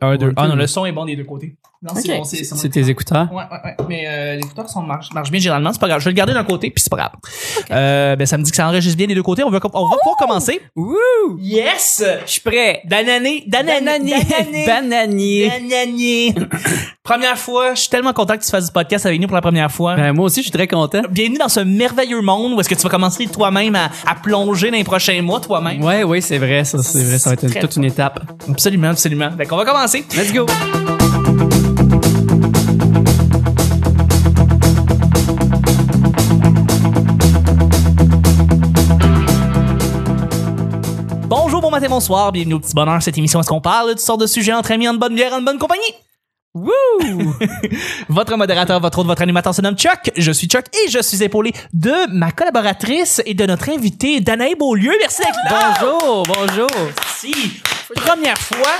Un, deux. Ah non, là, le son est bon des deux côtés. Non, c'est Ok. bon, c'est c'est mon c'est tes écouteurs. Ouais, ouais, ouais. Mais euh, les écouteurs sont, marchent, marchent bien généralement, c'est pas grave. Je vais le garder d'un côté, puis c'est pas grave. Euh, ben, ça me dit que ça enregistre bien des deux côtés. On va, com- on va pouvoir commencer. Wouh! Yes! Je suis prêt. D'anané, d'anané, Bananier. d'anané, Bananier. d'anané. première fois, je suis tellement content que tu fasses du podcast avec nous pour la première fois. Ben, moi aussi, je suis très content. Bienvenue dans ce merveilleux monde où est-ce que tu vas commencer toi-même à, à plonger dans les prochains mois toi-même. Ouais, ouais, c'est vrai, ça, c'est vrai. Ça va être une- Très toute une étape. Absolument, absolument. Donc, on va commencer. Let's go. Bonjour, bon matin, bonsoir. Bienvenue au Petit Bonheur. Cette émission, où est-ce qu'on parle de toutes sortes de sujets entre amis, en bonne bière, en bonne compagnie? Wouh! Votre modérateur, votre autre, votre animateur se nomme Chuck. Je suis Chuck et je suis épaulé de ma collaboratrice et de notre invité, Danae Beaulieu. Merci d'être là. Bonjour, bonjour. Merci. Première fois.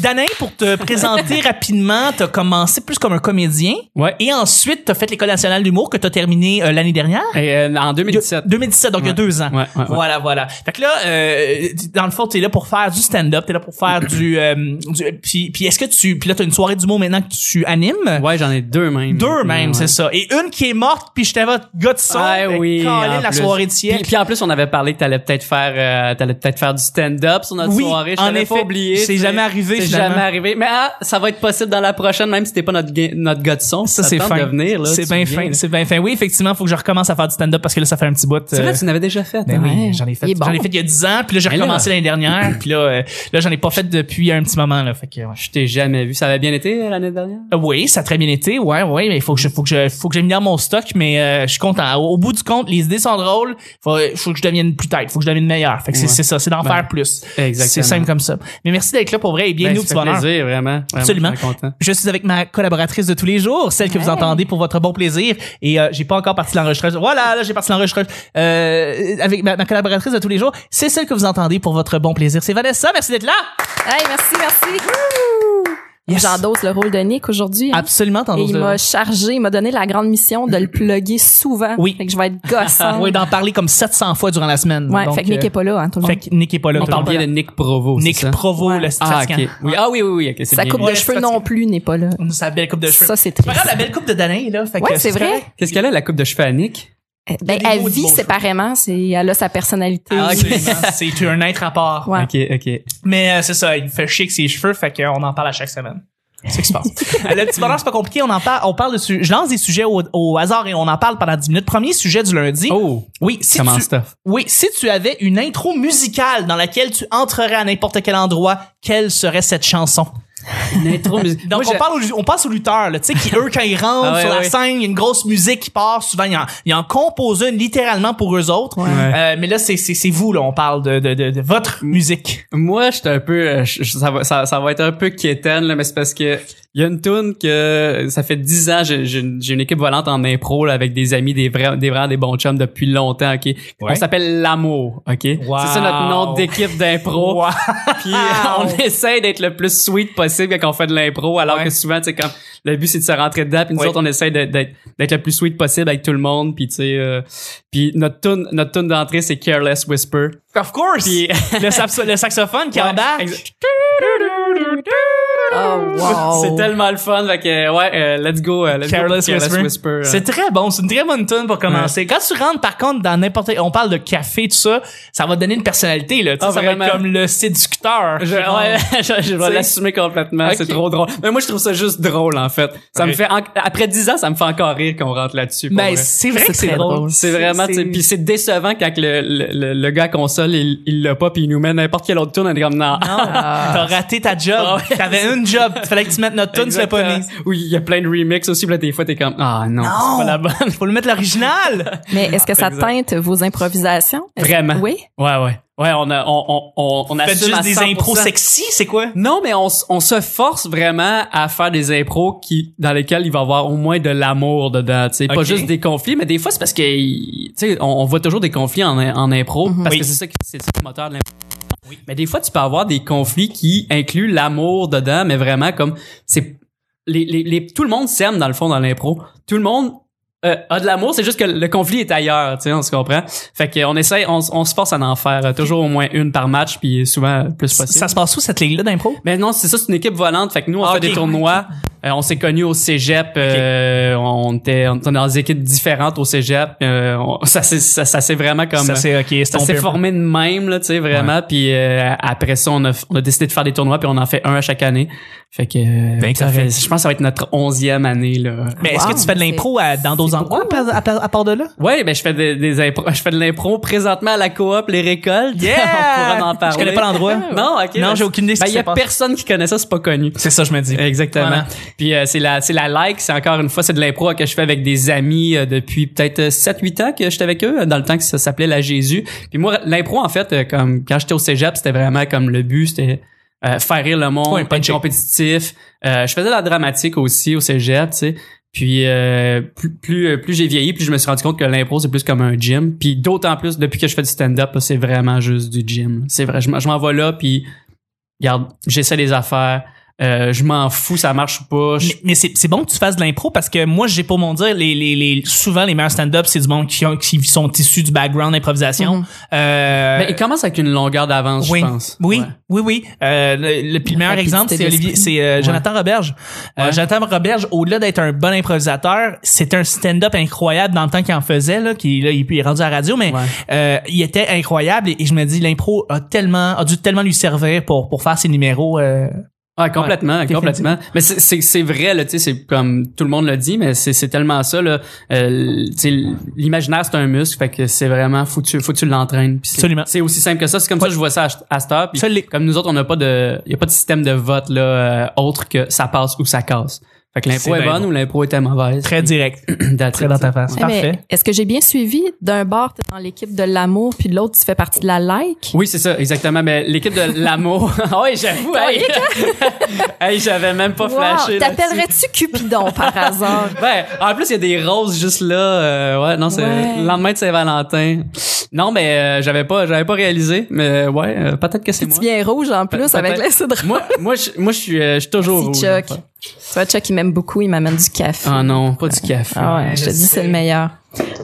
Danae, pour te présenter rapidement, t'as commencé plus comme un comédien. Ouais. Et ensuite, t'as fait l'École nationale d'humour que t'as terminée euh, l'année dernière. Et, euh, en 2017. 2017, donc il y a Ouais. deux ans. Ouais, ouais, ouais. Voilà, voilà. Fait que là, euh, dans le fond, t'es là pour faire du stand-up, t'es là pour faire du... euh, du- puis puis est-ce que tu... Puis là, t'as une soirée d'humour maintenant que tu animes. Ouais, j'en ai deux même. Deux même, Ouais. c'est ça. Et une qui est morte, puis je t'avais gars de son. Ah fait oui. caler en la plus. soirée de siècle. Puis, puis en plus, on avait parlé que t'allais peut-être faire, euh, t'allais peut-être faire du stand-up sur notre Oui, soirée. Je en t'avais effet. pas oublié. C'est tu sais. jamais arrivé, C'est finalement. jamais arrivé. Mais ah, ça va être possible dans la prochaine, même si t'es pas notre ga- notre gars de son. ça, c'est tente fin. de venir, là. c'est tu bien viens, fin. là. C'est bien fin. Oui, effectivement, faut que je recommence à faire du stand-up parce que là, ça fait un petit bout. C'est vrai, euh, tu n'avais déjà fait. Ben hein? oui, j'en ai fait. Il est bon. J'en ai fait il y a 10 ans, puis là j'ai Mais là- recommencé l'année dernière, puis là, euh, là j'en ai pas fait depuis un petit moment là. Fait que, ouais. Je t'ai jamais vu. Ça avait bien été euh, l'année dernière? Euh, Oui, ça a très bien été. Ouais, ouais, mais il faut que je, faut que je, faut que j'améliore mon stock, mais euh, je suis content. Au, au bout du compte, les idées sont drôles. Faut, faut que je devienne plus tête. Faut que je devienne meilleur. Fait que c'est Ouais. c'est ça, c'est d'en Ben, faire plus. exactement. C'est simple comme ça. Mais merci d'être là pour vrai et Ben, bienvenue au ça petit fait bonheur. plaisir, vraiment. Vraiment, Absolument. Je suis content. Je suis avec ma collaboratrice de tous les jours, celle que vous Ouais. entendez pour votre bon plaisir. Et euh, j'ai pas encore parti l'enregistrage. Voilà, là j'ai parti l'enregistrage Euh, avec ma, ma collaboratrice de tous les jours. C'est celle que vous entendez pour votre bon plaisir. C'est Vanessa. Merci d'être là. Hey, merci, merci. Yes. J'endosse le rôle de Nick aujourd'hui. hein. Absolument, t'en Et oses il le- m'a chargé, il m'a donné la grande mission de le plugger souvent. Oui. Fait que je vais être gossante. Ah, Oui, d'en parler comme 700 fois durant la semaine. Ouais, Donc, fait que Nick euh, est pas là, hein, tout le Fait monde. que Nick est pas là. On tout le parle monde. bien de Nick Provo. c'est Nick ça? Provo, Ouais. le style Ah, fatigant. ok. Oui, ah, oui, oui, oui. ok, c'est Sa bien. coupe Ouais, de cheveux parce non que- plus n'est pas là. Sa belle coupe de cheveux. Ça, c'est C'est pas triste. grave, la belle coupe de Danae, là. Fait que, Ouais, c'est vrai. correct. Qu'est-ce qu'elle a, la coupe de cheveux à Nick? Eh, Ben, Il y a des elle beaux, des vit beaux séparément, c'est, elle a sa personnalité. Ah, ok. Absolument. C'est un être à part. Ouais. Ok, ok. Mais euh, c'est ça, il me fait chier avec ses cheveux, fait qu'on en parle à chaque semaine. C'est ce qui se passe. Euh, Le petit bonheur, c'est pas compliqué. On en parle, on parle de su- je lance des sujets au, au hasard et on en parle pendant 10 minutes. Premier sujet du lundi. Oh! Oui, si comment tu, stuff? oui, si tu avais une intro musicale dans laquelle tu entrerais à n'importe quel endroit, quelle serait cette chanson? Une intro musique. Donc, on, parle aux- on passe aux lutteurs, là, tu sais, qui eux, quand ils rentrent Ah ouais, sur la ouais. scène, il y a une grosse musique qui part, souvent, ils en, ils en composent une littéralement pour eux autres. Ouais. Euh, mais là, c'est, c'est, c'est vous, là, on parle de, de, de, de Mm. votre musique. Moi, j'étais un peu, euh, je- je- ça va, ça, ça va être un peu quétaine, là, mais c'est parce que il y a une tune que ça fait dix ans, j'ai j'ai une j'ai une équipe volante en impro là, avec des amis, des vrais, des vrais, des bons chums depuis longtemps. Ok, on s'appelle l'amour. Ok, Wow. c'est ça notre nom d'équipe d'impro. Wow. Puis euh, on essaie d'être le plus sweet possible quand on fait de l'impro, alors Ouais. que souvent, tu sais, comme le but c'est de se rentrer dedans. Puis nous Ouais. autres, on essaie de- d'être d'être le plus sweet possible avec tout le monde. Puis tu sais, euh, puis notre tune, notre tune d'entrée c'est Careless Whisper. Of course! Puis- le, sapso- le saxophone qui Ouais, embarque. exa- Oh, wow. C'est tellement le fun. Fait que, ouais, euh, let's go. euh, let's go Careless pour Whisper. euh. C'est très bon, c'est une très bonne tune pour commencer. Quand tu rentres, par contre, dans n'importe, on parle de café, tout ça, ça va donner une personnalité là. Tu sais, Ah, ça va vraiment? être comme le séducteur. Je, ouais, je, je vais C'est- l'assumer complètement. Ok. C'est trop drôle. Mais moi, je trouve ça juste drôle, en fait. Ça me Ok. fait, en- après 10 ans, ça me fait encore rire qu'on rentre là-dessus. pour Mais vrai. c'est vrai que C'est c'est très drôle. drôle. C'est vraiment, tu sais, puis c'est décevant quand que le, le, le, le gars à console, il, il l'a pas, puis il nous met n'importe quel autre tourne, on est comme, non. Non, t'as raté ta job. Ah ouais. T'avais une job. Il fallait que tu mettes notre tune, tu l'as pas mis. Exactement. Oui, il y a plein de remix aussi, puis là, des fois, t'es comme, ah non, Non. c'est pas la bonne. Faut le mettre l'original. Mais est-ce que ça Exact. teinte vos improvisations? Est-ce- Vraiment. Oui? Ouais, ouais. Ouais, on a, on, on, on, on Faites assume juste à des impros 100%. sexy, c'est quoi? Non, mais on, s- on se force vraiment à faire des impros qui dans lesquels il va y avoir au moins de l'amour dedans, tu sais, pas Ok. juste des conflits, mais des fois c'est parce que il- tu sais on, on voit toujours des conflits en, en impro parce Mhm. Oui. que c'est ça qui c'est ça le moteur de l'impro. Mais des fois tu peux avoir des conflits qui incluent l'amour dedans, mais vraiment comme c'est les, les, les- tout le monde s'aime dans le fond dans l'impro. Tout le monde euh, a de l'amour, c'est juste que le conflit est ailleurs, tu sais, on se comprend. Fait qu'on essaye, on, on se force à en faire euh, toujours au moins une par match, puis souvent plus possible. Ça se passe où cette ligue-là d'impro? Mais non, c'est ça, c'est une équipe volante. Fait que nous, on Ah, fait ok. des tournois. Euh, on s'est connus au cégep. euh, on, était, on était dans des équipes différentes au cégep. Euh, on- ça s'est ça, ça s'est vraiment comme... ça c'est euh, ok, ça s'est formé de même, là, tu sais, vraiment. Puis euh, après ça, on a, on a décidé de faire des tournois, puis on en fait un à chaque année. Fait que... euh, Ben, ça ça fait- fait- je pense que ça va être notre onzième année, là. Mais est-ce Wow. que tu fais de l'impro à- dans d'autres C'est endroits à, part- à part- à part de là? Ouais, ben je fais des, des impro- je fais de l'impro présentement à la coop les récoltes. on pourra en parler. Je connais pas l'endroit. Non, ok. Non, j'ai aucune idée ce Ben qui il y a se passe. personne qui connaît ça, c'est pas connu. C'est ça, je me dis. Exactement. Voilà. Puis euh, c'est la c'est la like, c'est encore une fois c'est de l'impro que je fais avec des amis euh, depuis peut-être 7 8 ans que j'étais avec eux euh, dans le temps que ça s'appelait la Jésus. Puis moi l'impro en fait euh, comme quand j'étais au cégep, c'était vraiment comme le but, c'était euh, faire rire le monde, Ouais, être puncher. compétitif. Euh, je faisais de la dramatique aussi au cégep, tu sais. Puis euh, plus plus, plus j'ai vieilli, plus je me suis rendu compte que l'impro c'est plus comme un gym. Puis d'autant plus depuis que je fais du stand-up, là, c'est vraiment juste du gym. C'est vrai, je m'en- je m'en vais là puis regarde, j'essaie des affaires, euh, je m'en fous, ça marche ou pas. je- Mais, mais c'est c'est bon que tu fasses de l'impro parce que moi, j'ai pour mon dire, les, les, les, souvent les meilleurs stand-up, c'est du monde qui, ont- qui sont issus du background d'improvisation. Mhm. Euh, Mais il commence avec une longueur d'avance, oui, je pense. oui, Ouais. oui, oui. Euh, le, le- puis le meilleur rapidité exemple, c'est d'esprit. Olivier, c'est euh, Jonathan Roberge. Euh, Ouais. Jonathan Roberge, au-delà d'être un bon improvisateur, c'est un stand-up incroyable dans le temps qu'il en faisait là, qui là, il il est rendu à la radio, mais Ouais. euh, il était incroyable et, et je me dis l'impro a tellement, a dû tellement lui servir pour pour faire ses numéros. euh, Ah, complètement, complètement. Mais c'est- c'est c'est vrai, là, tu sais, c'est comme tout le monde le dit, mais c'est c'est tellement ça, là. Euh, tu sais, l'imaginaire, c'est un muscle, fait que c'est vraiment, faut que tu, faut que tu l'entraînes. Puis c'est- Absolument. C'est aussi simple que ça. C'est comme ça que je vois ça à, à cette heure. Puis Ça l'est. comme nous autres, on n'a pas de, y a pas de système de vote, là, euh, autre que ça passe ou ça casse. Fait que l'impro C'est est, bien bonne bon. ou l'impro était mauvaise. très direct, très dans ta face. Eh, mais Parfait. Est-ce que j'ai bien suivi? D'un bord, t'es dans l'équipe de l'amour, puis de l'autre, tu fais partie de la like. Oui, c'est ça, exactement. Mais l'équipe de l'amour. Ah oui, j'avoue. Hey, Hey, j'avais même pas Wow, flashé. là-dessus. T'appellerais-tu Cupidon par hasard? Ben, en plus, il y a des roses juste là. euh, ouais, non, c'est Ouais. le lendemain de Saint-Valentin. Non, mais euh, j'avais pas, j'avais pas réalisé. Mais ouais, euh, peut-être que c'est moi. Tu viens rouge en plus Pe- avec peut-être. l'acide Moi, moi, je, moi, je suis, euh, je suis toujours. Merci, rouge, Chuck. en fait. Tu vois, Chuck, il m'aime beaucoup, il m'amène du café. Ah non, pas du café. Ah ouais, je te je dis, c'est le meilleur.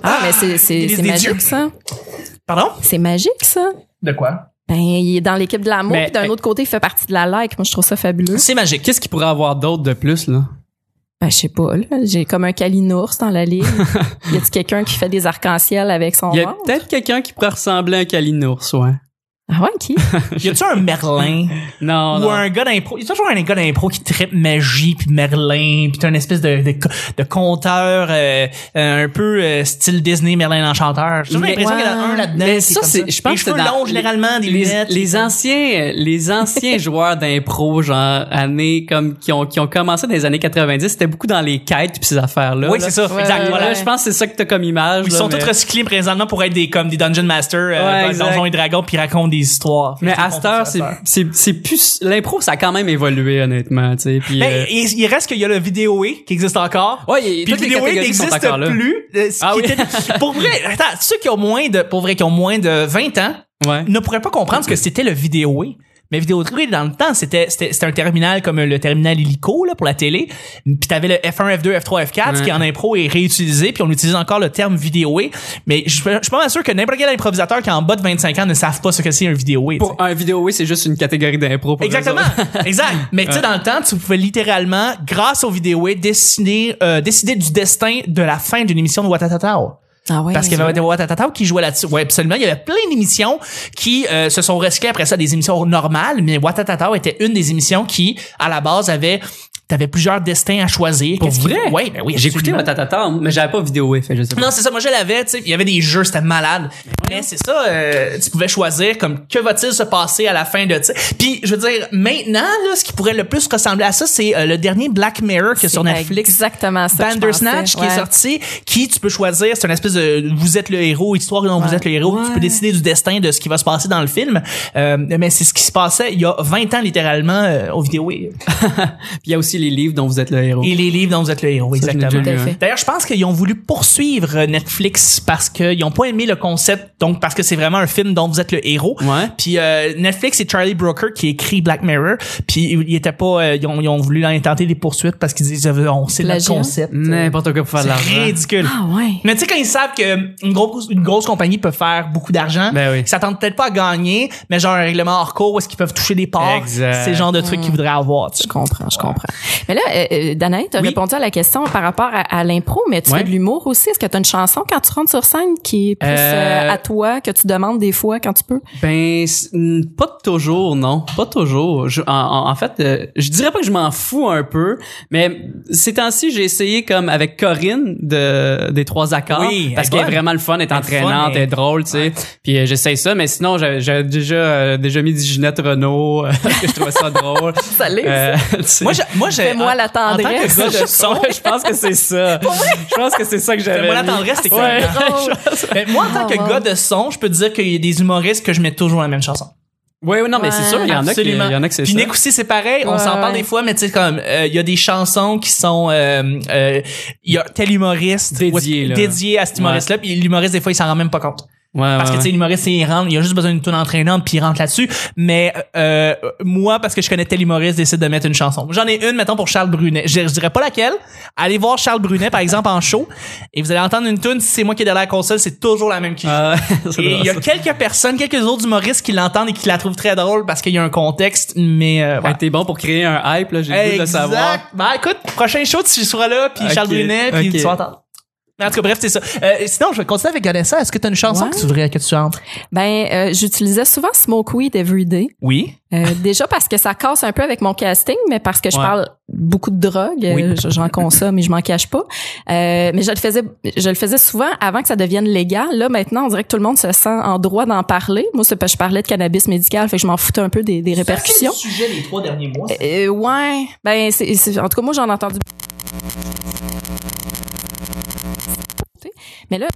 Ah, mais c'est, c'est, il est c'est des magique, dieux. ça. Pardon? C'est magique, ça. De quoi? Ben, il est dans l'équipe de l'amour, Mais- puis d'un autre côté, il fait partie de la like. Moi, je trouve ça fabuleux. C'est magique. Qu'est-ce qu'il pourrait avoir d'autre de plus là Ben, je sais pas, là. J'ai comme un calinours dans la ligne. y a-t-il quelqu'un qui fait des arcs-en-ciel avec son Il y a ventre? peut-être quelqu'un qui pourrait ressembler à un calinours, ouais. Ah ouais, qui? Y a-tu un Merlin Non, ou non. un gars d'impro Y a toujours un gars d'impro qui tripe magie puis Merlin puis t'as une espèce de de, de conteur euh, euh, un peu euh, style Disney Merlin l'enchanteur. J'ai toujours Mais- l'impression qu'il y en a un là-dedans. Mais qui est ça, comme c'est, je pense Les que c'est cheveux dans longs généralement, des les, lunettes. les anciens, euh, les anciens joueurs d'impro, genre, années, comme, qui ont, qui ont commencé dans les années 90, c'était beaucoup dans les quêtes pis ces affaires-là. oui, là. c'est ça. Ouais, exact. Puis Voilà. là, je pense que c'est ça que t'as comme image. Ils là, sont mais- tous recyclés présentement pour être des comme des dungeon masters, Ouais, euh, exact. donjons et dragons puis ils racontent des histoires. Mais Ils font à cette heure, ça, c'est, c'est, c'est plus, l'impro, ça a quand même évolué, honnêtement, tu sais. Puis, Mais euh, Ben, il, il reste qu'il y a le vidéoé qui existe encore. ouais, et Puis toutes les vidéo E catégories sont n'existe encore là. plus. euh, ce Ah qui oui. était- pour vrai, attends, ceux qui ont moins de, pour vrai, qui ont moins de 20 ans, euh, Ouais. ne pourraient pas comprendre ce que c'était le vidéo. Mais vidéo dans le temps, c'était c'était c'était un terminal comme le terminal illico là pour la télé. Puis t'avais le F1, F2, F3, F4 Ouais. qui en impro est réutilisé, puis on utilise encore le terme vidéoé. Mais je je suis pas mal sûr que n'importe quel improvisateur qui est en bas de 25 ans ne savent pas ce que c'est un vidéoé. tu sais. Pour un vidéo, oui, c'est juste une catégorie d'impro. pour eux Exactement, autres. exact. Mais tu sais, dans le temps, tu pouvais littéralement, grâce aux vidéos, dessiner, euh, décider du destin de la fin d'une émission de Watatatao. Ah ouais. Parce qu'il y avait Watatatao qui jouait là-dessus. Oui, absolument. Il y avait plein d'émissions qui euh, se sont rescalées après ça, des émissions normales, mais Watatatao était une des émissions qui, à la base, avait... T'avais plusieurs destins à choisir. Pour Qu'est-ce qui- vrai? Ouais, ben oui, J'ai écouté absolument. ma tatata, mais j'avais pas vidéo, fait, je sais pas. Non, c'est ça. Moi, je l'avais. tu sais, Il y avait des jeux, c'était malade. Mais c'est ça. euh, tu pouvais choisir comme que va-t-il se passer à la fin de. tu sais. Puis, je veux dire, maintenant, là, ce qui pourrait le plus ressembler à ça, c'est euh, le dernier Black Mirror qui est sur Netflix. Exactement ça. que je Bandersnatch qui pensais, est ouais. sorti, qui tu peux choisir, c'est une espèce de vous êtes le héros, histoire dont vous Ouais. êtes le héros, tu peux décider du destin de ce qui va se passer dans le film. Euh, mais c'est ce qui se passait il y a 20 ans littéralement euh, au vidéo. Puis il y a aussi aussi les livres dont vous êtes le héros. Et les livres dont vous êtes le héros, Oh. Ça, je l'ai déjà exactement. lu, Tout à hein. fait. D'ailleurs, je pense qu'ils ont voulu poursuivre Netflix parce qu'ils ont pas aimé le concept, donc parce que c'est vraiment un film dont vous êtes le héros. Ouais. Puis euh, Netflix et Charlie Brooker qui écrit Black Mirror, puis ils étaient pas, euh, ils, ont, ils ont voulu intenter des poursuites parce qu'ils disent euh, on sait notre Plagiat. concept. N'importe quoi pour faire de C'est l'argent. ridicule. Ah ouais. Mais tu sais quand ils savent que une grosse une grosse compagnie peut faire beaucoup d'argent, Ben oui. ils s'attendent peut-être pas à gagner, mais genre un règlement hors cours où est-ce qu'ils peuvent toucher des parts, Exact. c'est le genre de truc qu'ils voudraient avoir. tu sais. Je comprends, je comprends. Mais là, euh, euh, Danae, t'as Oui. répondu à la question par rapport à, à l'impro, mais tu Ouais. fais de l'humour aussi. Est-ce que t'as une chanson quand tu rentres sur scène qui est plus Euh, euh, à toi, que tu demandes des fois quand tu peux? Ben, c'est- hmm, pas toujours, non. Pas toujours. Je- en, en- en fait, euh, je dirais pas que je m'en fous un peu, mais ces temps-ci, j'ai essayé comme avec Corinne de, des trois accords. Oui, parce elle est qu'elle est bonne. vraiment le fun, elle est Elle est entraînante, fun, elle est elle- drôle, tu sais. Puis euh, j'essaye ça, mais sinon, j'avais j'avais déjà, euh, déjà mis du Ginette Renault, euh, parce que je trouvais ça drôle. Ça l'est, Euh, tu sais. Moi, j'ai- moi, j'ai- Fais-moi la en- en tant que tendresse. gars de son, Ouais, je pense que c'est ça. Je pense que c'est ça que j'avais. Fais-moi la mis. tendresse, c'est Ouais. excellent. Mais moi, en tant que Ah, wow. gars de son, je peux te dire qu'il y a des humoristes que je mets toujours la même chanson. Ouais, ouais, non, mais c'est Ouais, sûr, il y en a qui, il Absolument. y en a que c'est Puis ça. Nick aussi, c'est pareil. On Ouais, s'en parle ouais. des fois, mais tu sais, comme, euh, il y a des chansons qui sont, euh, euh, il y a tel humoriste Dédié, ou est-ce- là. dédié à cet humoriste-là, puis l'humoriste, des fois, il s'en rend même pas compte. Ouais, ouais, Parce que, ouais. tu sais, l'humoriste, il rentre, il a juste besoin d'une tune entraînante, puis il rentre là-dessus. Mais, euh, moi, parce que je connais tel humoriste, décide de mettre une chanson. J'en ai une, mettons, pour Charles Brunet. Je, je dirais pas laquelle. Allez voir Charles Brunet, par exemple, en show, et vous allez entendre une tune. Si c'est moi qui est derrière la console, c'est toujours la même qui joue. Ah, c'est Et drôle, il y a ça. quelques personnes, quelques autres humoristes qui l'entendent et qui la trouvent très drôle parce qu'il y a un contexte, mais euh, Ouais, voilà. t'es bon pour créer un hype, là, j'ai le goût de le savoir. Exact. Ben écoute, prochain show, tu seras là, puis Ok, Charles Brunet, puis ok. tu vas entendre. Mais En tout cas, bref, c'est ça. Euh, sinon, je vais continuer avec Vanessa. Est-ce que tu as une chanson Ouais. que tu voudrais que tu chantes? Ben, euh, j'utilisais souvent Smoke Weed Everyday. Oui. Euh, déjà parce que ça casse un peu avec mon casting, mais parce que je Ouais. parle beaucoup de drogue, euh, Oui. je- j'en consomme et je m'en cache pas. Euh, mais je le faisais, je le faisais souvent avant que ça devienne légal. Là maintenant, on dirait que tout le monde se sent en droit d'en parler. Moi, c'est parce que je parlais de cannabis médical, fait que je m'en foutais un peu des, des répercussions. sujet des trois derniers mois. Euh, ouais, ben c'est, c'est- en tout cas moi j'en ai entendu. Mais là,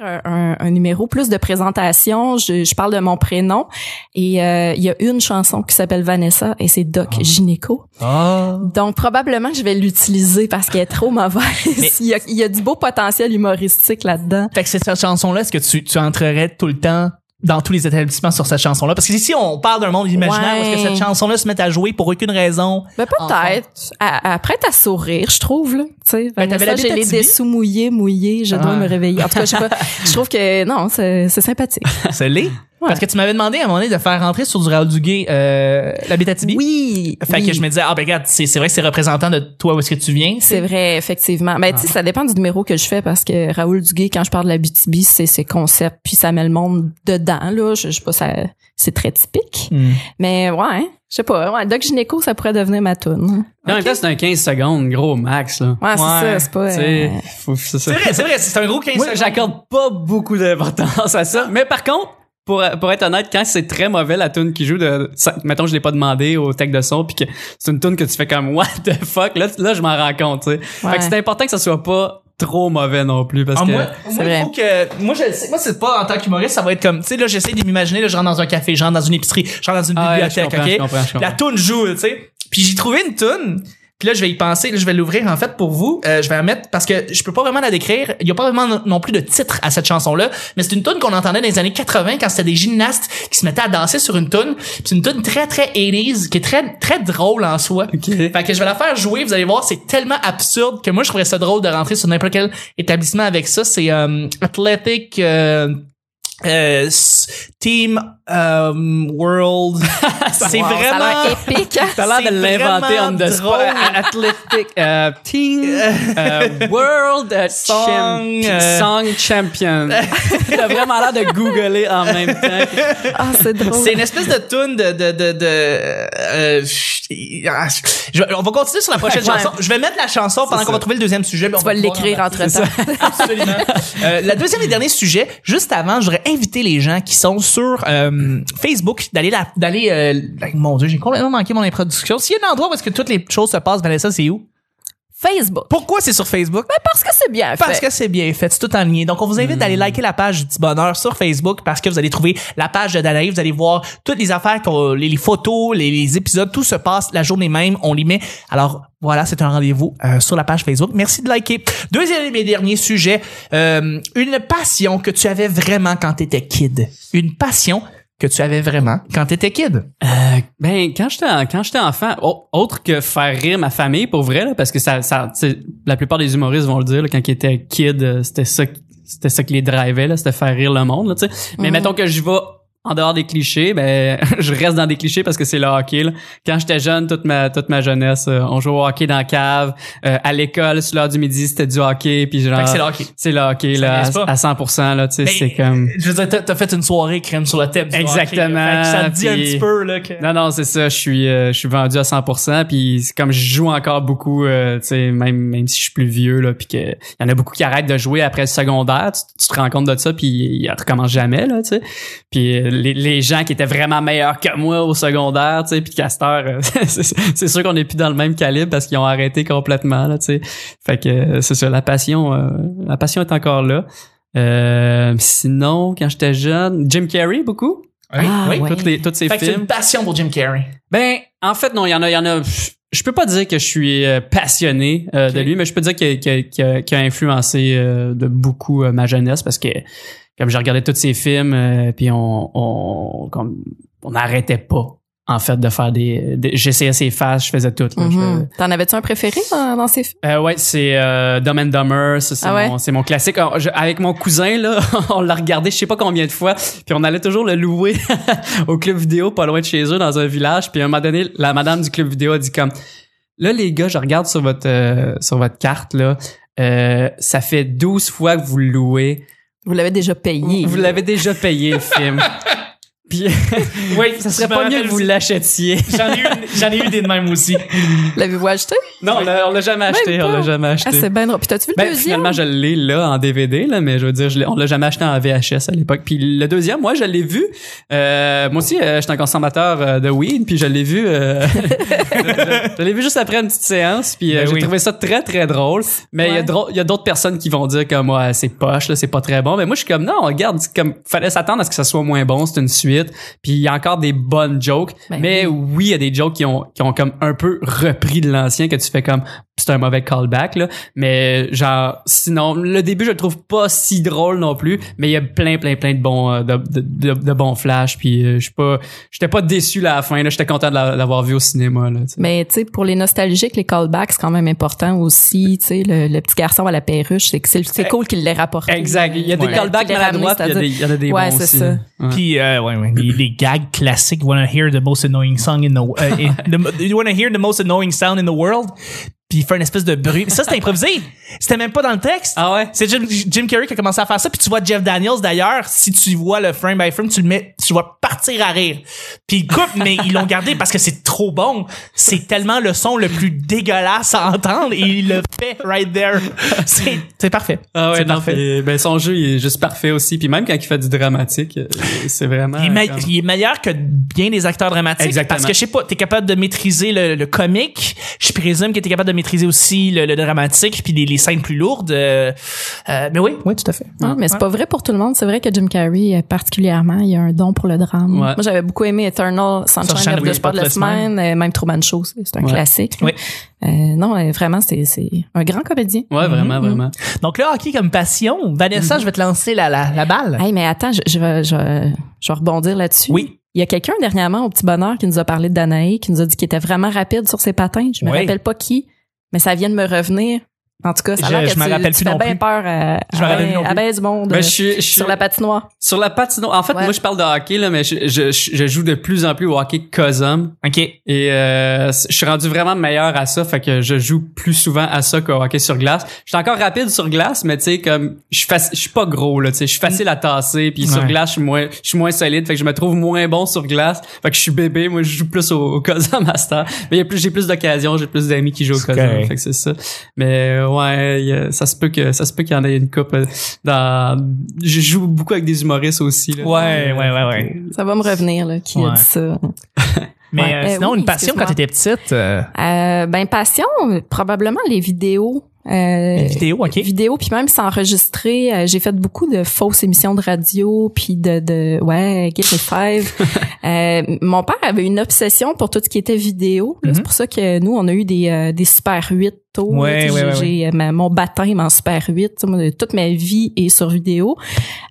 un, un, un numéro plus de présentation, je, je parle de mon prénom et euh, il y a une chanson qui s'appelle Vanessa et c'est Doc Gynéco. Donc probablement que je vais l'utiliser parce qu'elle est trop mauvaise. Mais- il, y a, il y a du beau potentiel humoristique là-dedans. Fait que c'est cette chanson-là, est-ce que tu, tu entrerais tout le temps dans tous les établissements sur cette chanson-là? Parce que ici, on parle d'un monde imaginaire Ouais. où est-ce que cette chanson-là se met à jouer pour aucune raison. Ben peut-être. À- Après, t'as sourire, je trouve là. Tu sais, Ben, t'avais Vanessa, la j'ai les Bétatibi. dessous mouillés, mouillés. Je dois Ah. me réveiller. En tout cas, je sais pas. Je trouve que non, c'est c'est sympathique. C'est laid. Parce que tu m'avais demandé à un moment donné de faire rentrer sur du Raoul Duguay euh, la Bétatibi. Oui. Fait oui. que je me disais, ah ben regarde, c'est c'est vrai que c'est représentant de toi où est-ce que tu viens. C'est vrai, effectivement. Ben, Ah. tu sais, ça dépend du numéro que je fais parce que Raoul Duguay, quand je parle de la BTB, c'est ses concepts, puis ça met le monde dedans, là. Je, je sais pas, ça, c'est très typique. Mm. Hmm. Mais ouais, hein, je sais pas. Ouais, Doc Gynéco, ça pourrait devenir ma toune. En même temps, c'est un 15 secondes, gros max, là. Ouais, c'est Ouais, ça, c'est pas. Tu sais, euh, faut- c'est ça. C'est vrai, c'est vrai, c'est un gros 15 Moi, j'accorde pas beaucoup d'importance à ça. Mais par contre, pour, pour être honnête, quand c'est très mauvais la tune qui joue, de, ça- mettons je l'ai pas demandé au tech de son, puis que c'est une tune que tu fais comme what the fuck, là, là je m'en rends compte. tu sais. Fait Ouais. que c'est important que ça soit pas trop mauvais non plus parce Ah, que moi, moi, il vrai. faut que moi je le sais. moi c'est pas en tant qu'humoriste ça va être comme tu sais là j'essaie de m'imaginer là je rentre dans un café je rentre dans une épicerie je rentre dans une Ah ouais, je bibliothèque comprends, je ok comprends, je comprends. la toune joue tu sais puis j'ai trouvé une toune puis là je vais y penser là, je vais l'ouvrir en fait pour vous Euh, je vais la mettre parce que je peux pas vraiment la décrire il y a pas vraiment non- non plus de titre à cette chanson là mais c'est une toune qu'on entendait dans les années 80 quand c'était des gymnastes qui se mettaient à danser sur une toune Puis c'est une toune très très 80s qui est très très drôle en soi Ok. fait que je vais la faire jouer, vous allez voir, c'est tellement absurde que moi je trouverais ça drôle de rentrer sur n'importe quel établissement avec ça. C'est euh, Athletic euh, euh, s- Team euh, World. c'est wow, Ça a vraiment. l'air épique. hein? T'as l'air de C'est l'inventer on vraiment the spot. drôle. A- Athletic euh, Team euh, World euh, Song, champ- euh. Song Champion. T'as vraiment l'air de googler en même temps. Ah, c'est drôle. C'est une espèce de tune de de de, de euh, je- on va continuer sur la prochaine Ouais. chanson. Je vais mettre la chanson pendant qu'on va trouver le deuxième sujet. puis on Tu vas va pouvoir l'écrire en- entre temps. Absolument. Euh, la deuxième et dernier sujet, juste avant, je voudrais inviter les gens qui sont sur euh, Facebook d'aller la, d'aller. ben, euh, la- mon Dieu, j'ai complètement manqué mon introduction. S'il y a un endroit où est-ce que toutes les choses se passent, Vanessa, c'est où Facebook. Pourquoi c'est sur Facebook? Ben parce que c'est bien Parce fait. que c'est bien fait, c'est tout en lien. Donc, on vous invite d'aller liker la page du petit bonheur sur Facebook parce que vous allez trouver la page de Danaï. Vous allez voir toutes les affaires, qu'on- les, les photos, les, les épisodes, tout se passe la journée même. On les met. Alors, voilà, c'est un rendez-vous euh, sur la page Facebook. Merci de liker. Deuxième et dernier sujet, euh, une passion que tu avais vraiment quand tu étais kid. Une passion que tu avais vraiment quand tu étais kid. Euh, ben quand j'étais en- quand j'étais enfant, au- autre que faire rire ma famille pour vrai là, parce que ça ça tu sais, la plupart des humoristes vont le dire là, quand ils étaient kids, euh, c'était ça qui- c'était ça qui les drivait là, c'était faire rire le monde là, tu sais. Mais Mhm. mettons que je vais en dehors des clichés, ben je reste dans des clichés parce que c'est le hockey. là. Quand j'étais jeune, toute ma toute ma jeunesse, euh, on jouait au hockey dans la cave, euh, à l'école sur l'heure du midi, c'était du hockey puis genre Fait que c'est le hockey. c'est le hockey Ça là niaise pas. Ben, à, à 100% là, tu sais, Mais, c'est comme Je veux dire, t'as- t'as fait une soirée crème sur le thème. du hockey, là. Exactement. Fait que ça te dit un Puis- petit peu là que. Non, non, c'est ça. Je suis, euh, je suis vendu à 100%. Puis c'est comme je joue encore beaucoup, euh, tu sais, même même si je suis plus vieux là, puis que y en a beaucoup qui arrêtent de jouer après le secondaire. Tu, tu te rends compte de ça, puis ils recommencent jamais là, tu sais. Puis euh, les, les gens qui étaient vraiment meilleurs que moi au secondaire, tu sais, puis Castor, euh, c'est sûr qu'on n'est plus dans le même calibre parce qu'ils ont arrêté complètement là, tu sais. Fait que euh, c'est ça. La passion, euh, la passion est encore là. Euh, sinon, quand j'étais jeune, Jim Carrey beaucoup. Oui, Ah, oui. ouais. Toutes les, tous ces Fait que c'est films. une passion pour Jim Carrey. Ben, en fait, non, il y en a, il y en a. pff, Je peux pas dire que je suis euh, passionné euh, Ok. de lui, mais je peux dire qu'il qu'il- qu'il- qu'il a influencé euh, de beaucoup euh, ma jeunesse parce que comme j'ai regardé tous ses films, euh, puis on on comme, on n'arrêtait pas en fait de faire des, des- j'essayais ses faces, je faisais tout. Là, Mhm. T'en avais-tu un préféré dans, dans ces films? Je- Euh, ouais, c'est euh, Dumb and Dumber, ça, c'est Ah ouais? mon c'est mon classique. Alors, je- avec mon cousin là, on l'a regardé, je sais pas combien de fois, puis on allait toujours le louer au club vidéo pas loin de chez eux dans un village puis à un moment donné la madame du club vidéo a dit comme là les gars je regarde sur votre euh, sur votre carte là euh, ça fait 12 fois que vous le louez Vous l'avez déjà payé. vous l'avez déjà payé le film puis Oui, ça serait pas mieux que vous l'achetiez J'en ai, eu- j'en ai eu des de même aussi. L'avez-vous Ah, acheté? non on l'a on l'a jamais acheté on pas. l'a jamais Ah, acheté c'est bien drôle. Puis t'as-tu vu le ben, deuxième? finalement, je l'ai là en DVD, là, mais je veux dire, je l'ai- on l'a jamais acheté en VHS à l'époque. Puis le deuxième, moi, je l'ai vu. euh, moi aussi, euh, j'étais un consommateur euh, de weed, puis je l'ai vu. euh, je, je l'ai vu juste après une petite séance, puis euh, Ben j'ai oui. trouvé ça très très drôle. Mais il y a Ouais. drôle- il y a d'autres personnes qui vont dire comme moi, c'est poche, là, c'est pas très bon. Mais moi, je suis comme non, regarde, c'est comme fallait s'attendre à ce que ça soit moins bon. C'est une suite. Puis il y a encore des bonnes jokes, Ben mais oui, il y a des jokes qui ont qui ont comme un peu repris de l'ancien que tu fais comme c'est un mauvais callback là mais genre sinon le début je le trouve pas si drôle non plus mais il y a plein plein plein de bons euh, de, de, de- de bons flashs puis euh, je suis pas j'étais pas déçu là, à la fin là j'étais content de la- l'avoir vu au cinéma là tu sais. Mais tu sais, pour les nostalgiques, les callbacks, c'est quand même important aussi. Tu sais, le, le petit garçon à la perruche, c'est que c'est c'est cool qu'il l'ait rapporté. Eh, exact il y a des Ouais. callbacks Qu'il l'ait ramené, maladroits puis il y a des- il y en a des Ouais, bons c'est aussi ça. là. Ouais. Puis, euh, ouais, ouais, les, les gags classiques. Wanna hear the most annoying song in the world. you wanna hear the most annoying sound in the world? Puis il fait une espèce de bruit. Ça, c'était improvisé. C'était même pas dans le texte. ah ouais C'est Jim, Jim Carrey qui a commencé à faire ça. Puis tu vois Jeff Daniels d'ailleurs, si tu vois le frame by frame, tu le mets, tu vas partir à rire. Puis ils coupent, mais ils l'ont gardé parce que c'est trop bon. C'est tellement le son le plus dégueulasse à entendre et il le fait right there. C'est c'est parfait. ah ouais c'est non, puis, ben son jeu il est juste parfait aussi puis même quand il fait du dramatique euh, c'est vraiment Il est, euh, me- comme- il est meilleur que bien des acteurs dramatiques. Exactement. Parce que je sais pas, t'es capable de maîtriser le, le comique. Je présume que t'es capable de maîtriser aussi le, le dramatique puis les, les scènes plus lourdes. euh, euh, mais oui, oui, tout à fait. Non, Ah, mais c'est pas vrai pour tout le monde. C'est vrai que Jim Carrey, euh, particulièrement, il a un don pour le drame. Ouais. Moi, j'avais beaucoup aimé Eternal, Sunshine Sunshine of of the the Spotless Mind, euh, même Truman Show, c'est c'est un Ouais. classique. Oui. Euh, non, euh, vraiment, c'est c'est un grand comédien. ouais vraiment Mhm. vraiment Donc le hockey comme passion. Vanessa, Mm-hmm. je vais te lancer la, la, la balle. Hey, mais attends, je, je, vais, je, vais- je vais rebondir là-dessus. Oui. Il y a quelqu'un dernièrement au Petit Bonheur qui nous a parlé de Danae, qui nous a dit qu'il était vraiment rapide sur ses patins. Je me Oui. rappelle pas qui, mais ça vient de me revenir. En tout cas, ça a Je- l'air que je me tu- rappelle tu plus fais non bien plus. peur à, Je me à rappelle ben- plus non plus. à ben du monde ben, euh, je suis, je suis- sur la patinoire. sur la patinoire en fait Ouais. moi je parle de hockey là mais je, je, je, je joue de plus en plus au hockey cosum Ok. Et euh, je suis rendu vraiment meilleur à ça, fait que je joue plus souvent à ça qu'au hockey sur glace. Je suis encore rapide sur glace, mais tu sais comme je suis faci- je suis pas gros là, tu sais, je suis facile à tasser puis sur Mm. Ouais. glace je suis moins je suis moins solide, fait que je me trouve moins bon sur glace. Fait que je suis bébé, moi je joue plus au, au Cosa Master. Mais il y a plus j'ai plus d'occasions, j'ai plus d'amis qui jouent au C'est Cosa, correct. fait que c'est ça. Mais euh, ouais, il y a- ça se peut que ça se peut qu'il y en ait une coupe euh, dans je joue beaucoup avec des humoristes aussi là. Ouais, ouais, ouais, ouais. Ça va me revenir, là, qui Ouais. a dit ça. Mais Ouais. euh, Euh, sinon, oui, une passion excuse-moi. quand t'étais petite. euh, Euh, ben passion, euh, probablement les vidéos. Euh, une vidéo, ok. vidéo puis même s'enregistrer Euh, j'ai fait beaucoup de fausses émissions de radio puis de de ouais Get Me Five Euh, mon père avait une obsession pour tout ce qui était vidéo là. Mhm. c'est pour ça que nous on a eu des euh, des super 8 tôt là. Ouais, Tu sais, ouais, j'ai ouais, j'ai, euh, ma- mon baptême en super 8 Tu sais, moi, toute ma vie est sur vidéo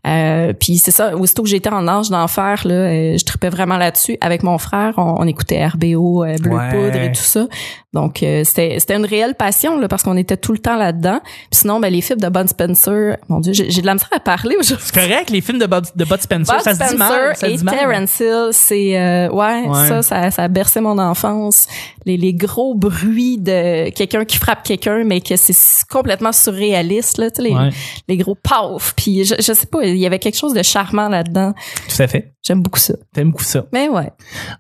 euh, puis c'est ça aussitôt que j'étais en âge d'en faire là euh, je tripais vraiment là-dessus avec mon frère on, on écoutait RBO euh, Bleu Ouais. Poudre et tout ça donc euh, c'était c'était une réelle passion là parce qu'on était tout le temps là-dedans. Puis sinon ben les films de Bud Spencer, mon dieu, j'ai j'ai de la misère à parler aujourd'hui. C'est correct, les films de Bob, de Bud Spencer, Bud ça se dit mal. Spencer Ça se et dit mal. Terence Hill, c'est euh, ouais, Ouais. ça ça ça a bercé mon enfance, les les gros bruits de quelqu'un qui frappe quelqu'un mais que c'est complètement surréaliste là, tu sais, les Ouais, les gros paf. Puis je, je sais pas, il y avait quelque chose de charmant là-dedans. tout à fait. J'aime beaucoup ça. T'aimes beaucoup ça. Mais ouais,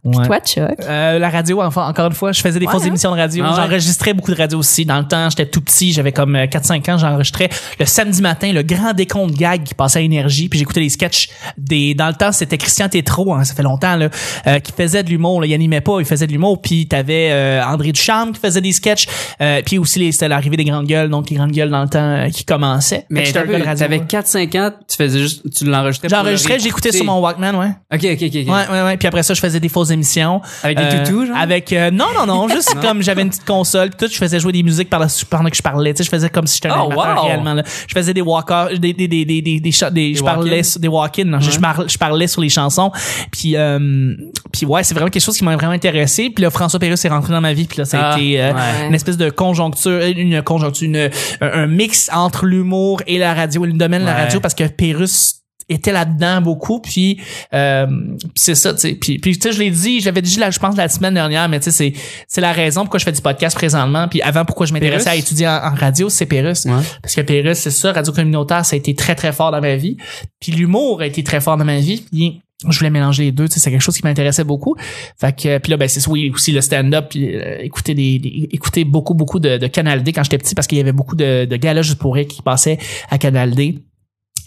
Ouais. toi Chuck. Euh, la radio, enfin, encore une fois, je faisais des Ouais, fausses hein? émissions de radio. Ah ouais. J'enregistrais beaucoup de radio aussi. Dans le temps, j'étais tout petit, j'avais comme euh, 4-5 ans, j'enregistrais le samedi matin le grand décompte gag qui passait à Énergie, puis j'écoutais les sketchs des... Dans le temps, c'était Christian Tétrault, hein, ça fait longtemps, là, euh, qui faisait de l'humour. là. Il animait pas, il faisait de l'humour. Puis t'avais euh, André Ducharme qui faisait des sketchs. euh, puis aussi, les- c'était l'arrivée des Grandes Gueules, donc les Grandes Gueules dans le temps euh, qui commençaient. Mais Fait que j'étais un gars de radio, t'avais ouais. 4-5 ans, tu faisais juste, tu l'enregistrais. pour le J'enregistrais, j'écoutais sur réécouter. mon Walkman, ouais. Ok, ok, ok. ok. Ouais, ouais, ouais. Puis après ça, je faisais des fausses émissions. Avec des Euh, toutous, genre? Avec, euh, non, non, non. Juste comme j'avais une petite console, puis tout, je faisais jouer des musiques par la pendant que je parlais. Tu sais, je faisais comme si j'étais un Oh, animateur wow! réellement. là. Je faisais des walkers, des, des, des, des, des, des, cha- des- je parlais walk-ins? sur des walk-ins. non, je, je mar- je parlais sur les chansons. Puis, euh, puis ouais, c'est vraiment quelque chose qui m'a vraiment intéressé. Puis là, François Pérusse est rentré dans ma vie. Puis là, ça a Ah, été euh, ouais. une espèce de conjoncture, une conjoncture, une- un, un mix entre l'humour et la radio, le domaine de la Ouais. radio, parce que Pérusse était là-dedans beaucoup puis euh, puis c'est ça tu sais puis puis tu sais je l'ai dit j'avais dit là je pense la semaine dernière mais tu sais c'est c'est la raison pourquoi je fais du podcast présentement puis avant pourquoi je m'intéressais à Pérus? étudier en, en radio c'est Pérus Ouais. parce que Pérus c'est ça radio communautaire ça a été très très fort dans ma vie puis l'humour a été très fort dans ma vie puis je voulais mélanger les deux tu sais c'est quelque chose qui m'intéressait beaucoup fait que euh, puis là ben c'est ça, oui aussi le stand-up puis euh, écouter des, des- écouter beaucoup beaucoup de, de Canal D quand j'étais petit parce qu'il y avait beaucoup de de galas juste pour rire qui passaient à Canal D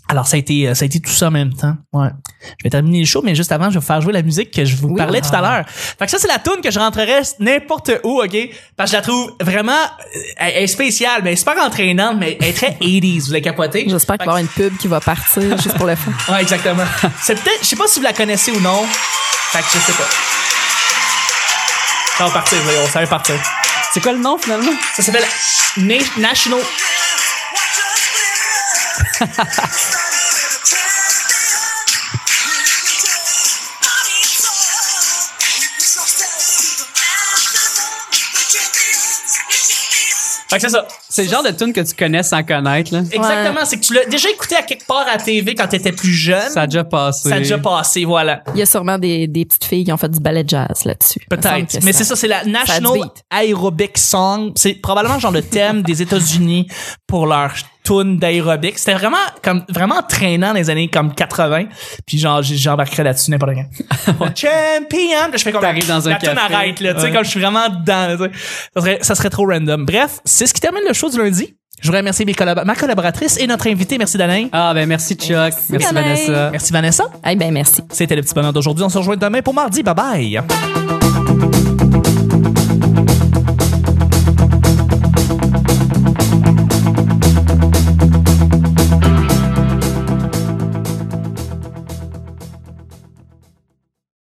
alors ça a été euh, ça a été tout ça en même temps. Ouais. Je vais terminer le show mais juste avant je vais vous faire jouer la musique que je vous Oui. Ah. parlais tout à l'heure. Fait que ça c'est la tune que je rentrerais n'importe où, OK Parce que je la trouve vraiment euh, elle est spéciale, mais elle est super entraînante, mais elle est très 80s, vous avez capoté. J'espère qu'il va y avoir une pub qui va partir juste pour le fun. Ouais, exactement. C'est peut-être je sais pas si vous la connaissez ou non. Fait que je sais pas. Ça va partir, voyons, ça va partir. C'est quoi le nom finalement? Ça s'appelle Na- National Fait que c'est ça. C'est le genre de tune que tu connais sans connaître, là. Exactement, c'est que tu l'as déjà écouté à quelque part à TV quand t'étais plus jeune. Ça a déjà passé. Ça a déjà passé, voilà. Il y a sûrement des, des petites filles qui ont fait du ballet jazz là-dessus. Il me semble Peut-être. que Mais c'est ça, c'est la National beat. Aerobic Song. C'est probablement genre le thème des États-Unis pour leur tune d'aérobic. C'était vraiment comme vraiment entraînant dans les années comme 80. Puis genre j'ai- j'embarquerai là-dessus n'importe quand. Ouais. Champion, Là, je fais comme T'arrives dans un la tune café. arrête là, tu sais Ouais. comme je suis vraiment dedans. tu sais. Ça serait, ça serait trop random. Bref, c'est ce qui termine le show du lundi. Je voudrais remercier mes collab- ma collaboratrice et notre invité. Merci Danaï. Ah, ben merci Chuck. Merci, Bye bye. Vanessa. Merci Vanessa. Eh ben merci. C'était le petit bonheur d'aujourd'hui. On se rejoint demain pour mardi. Bye bye.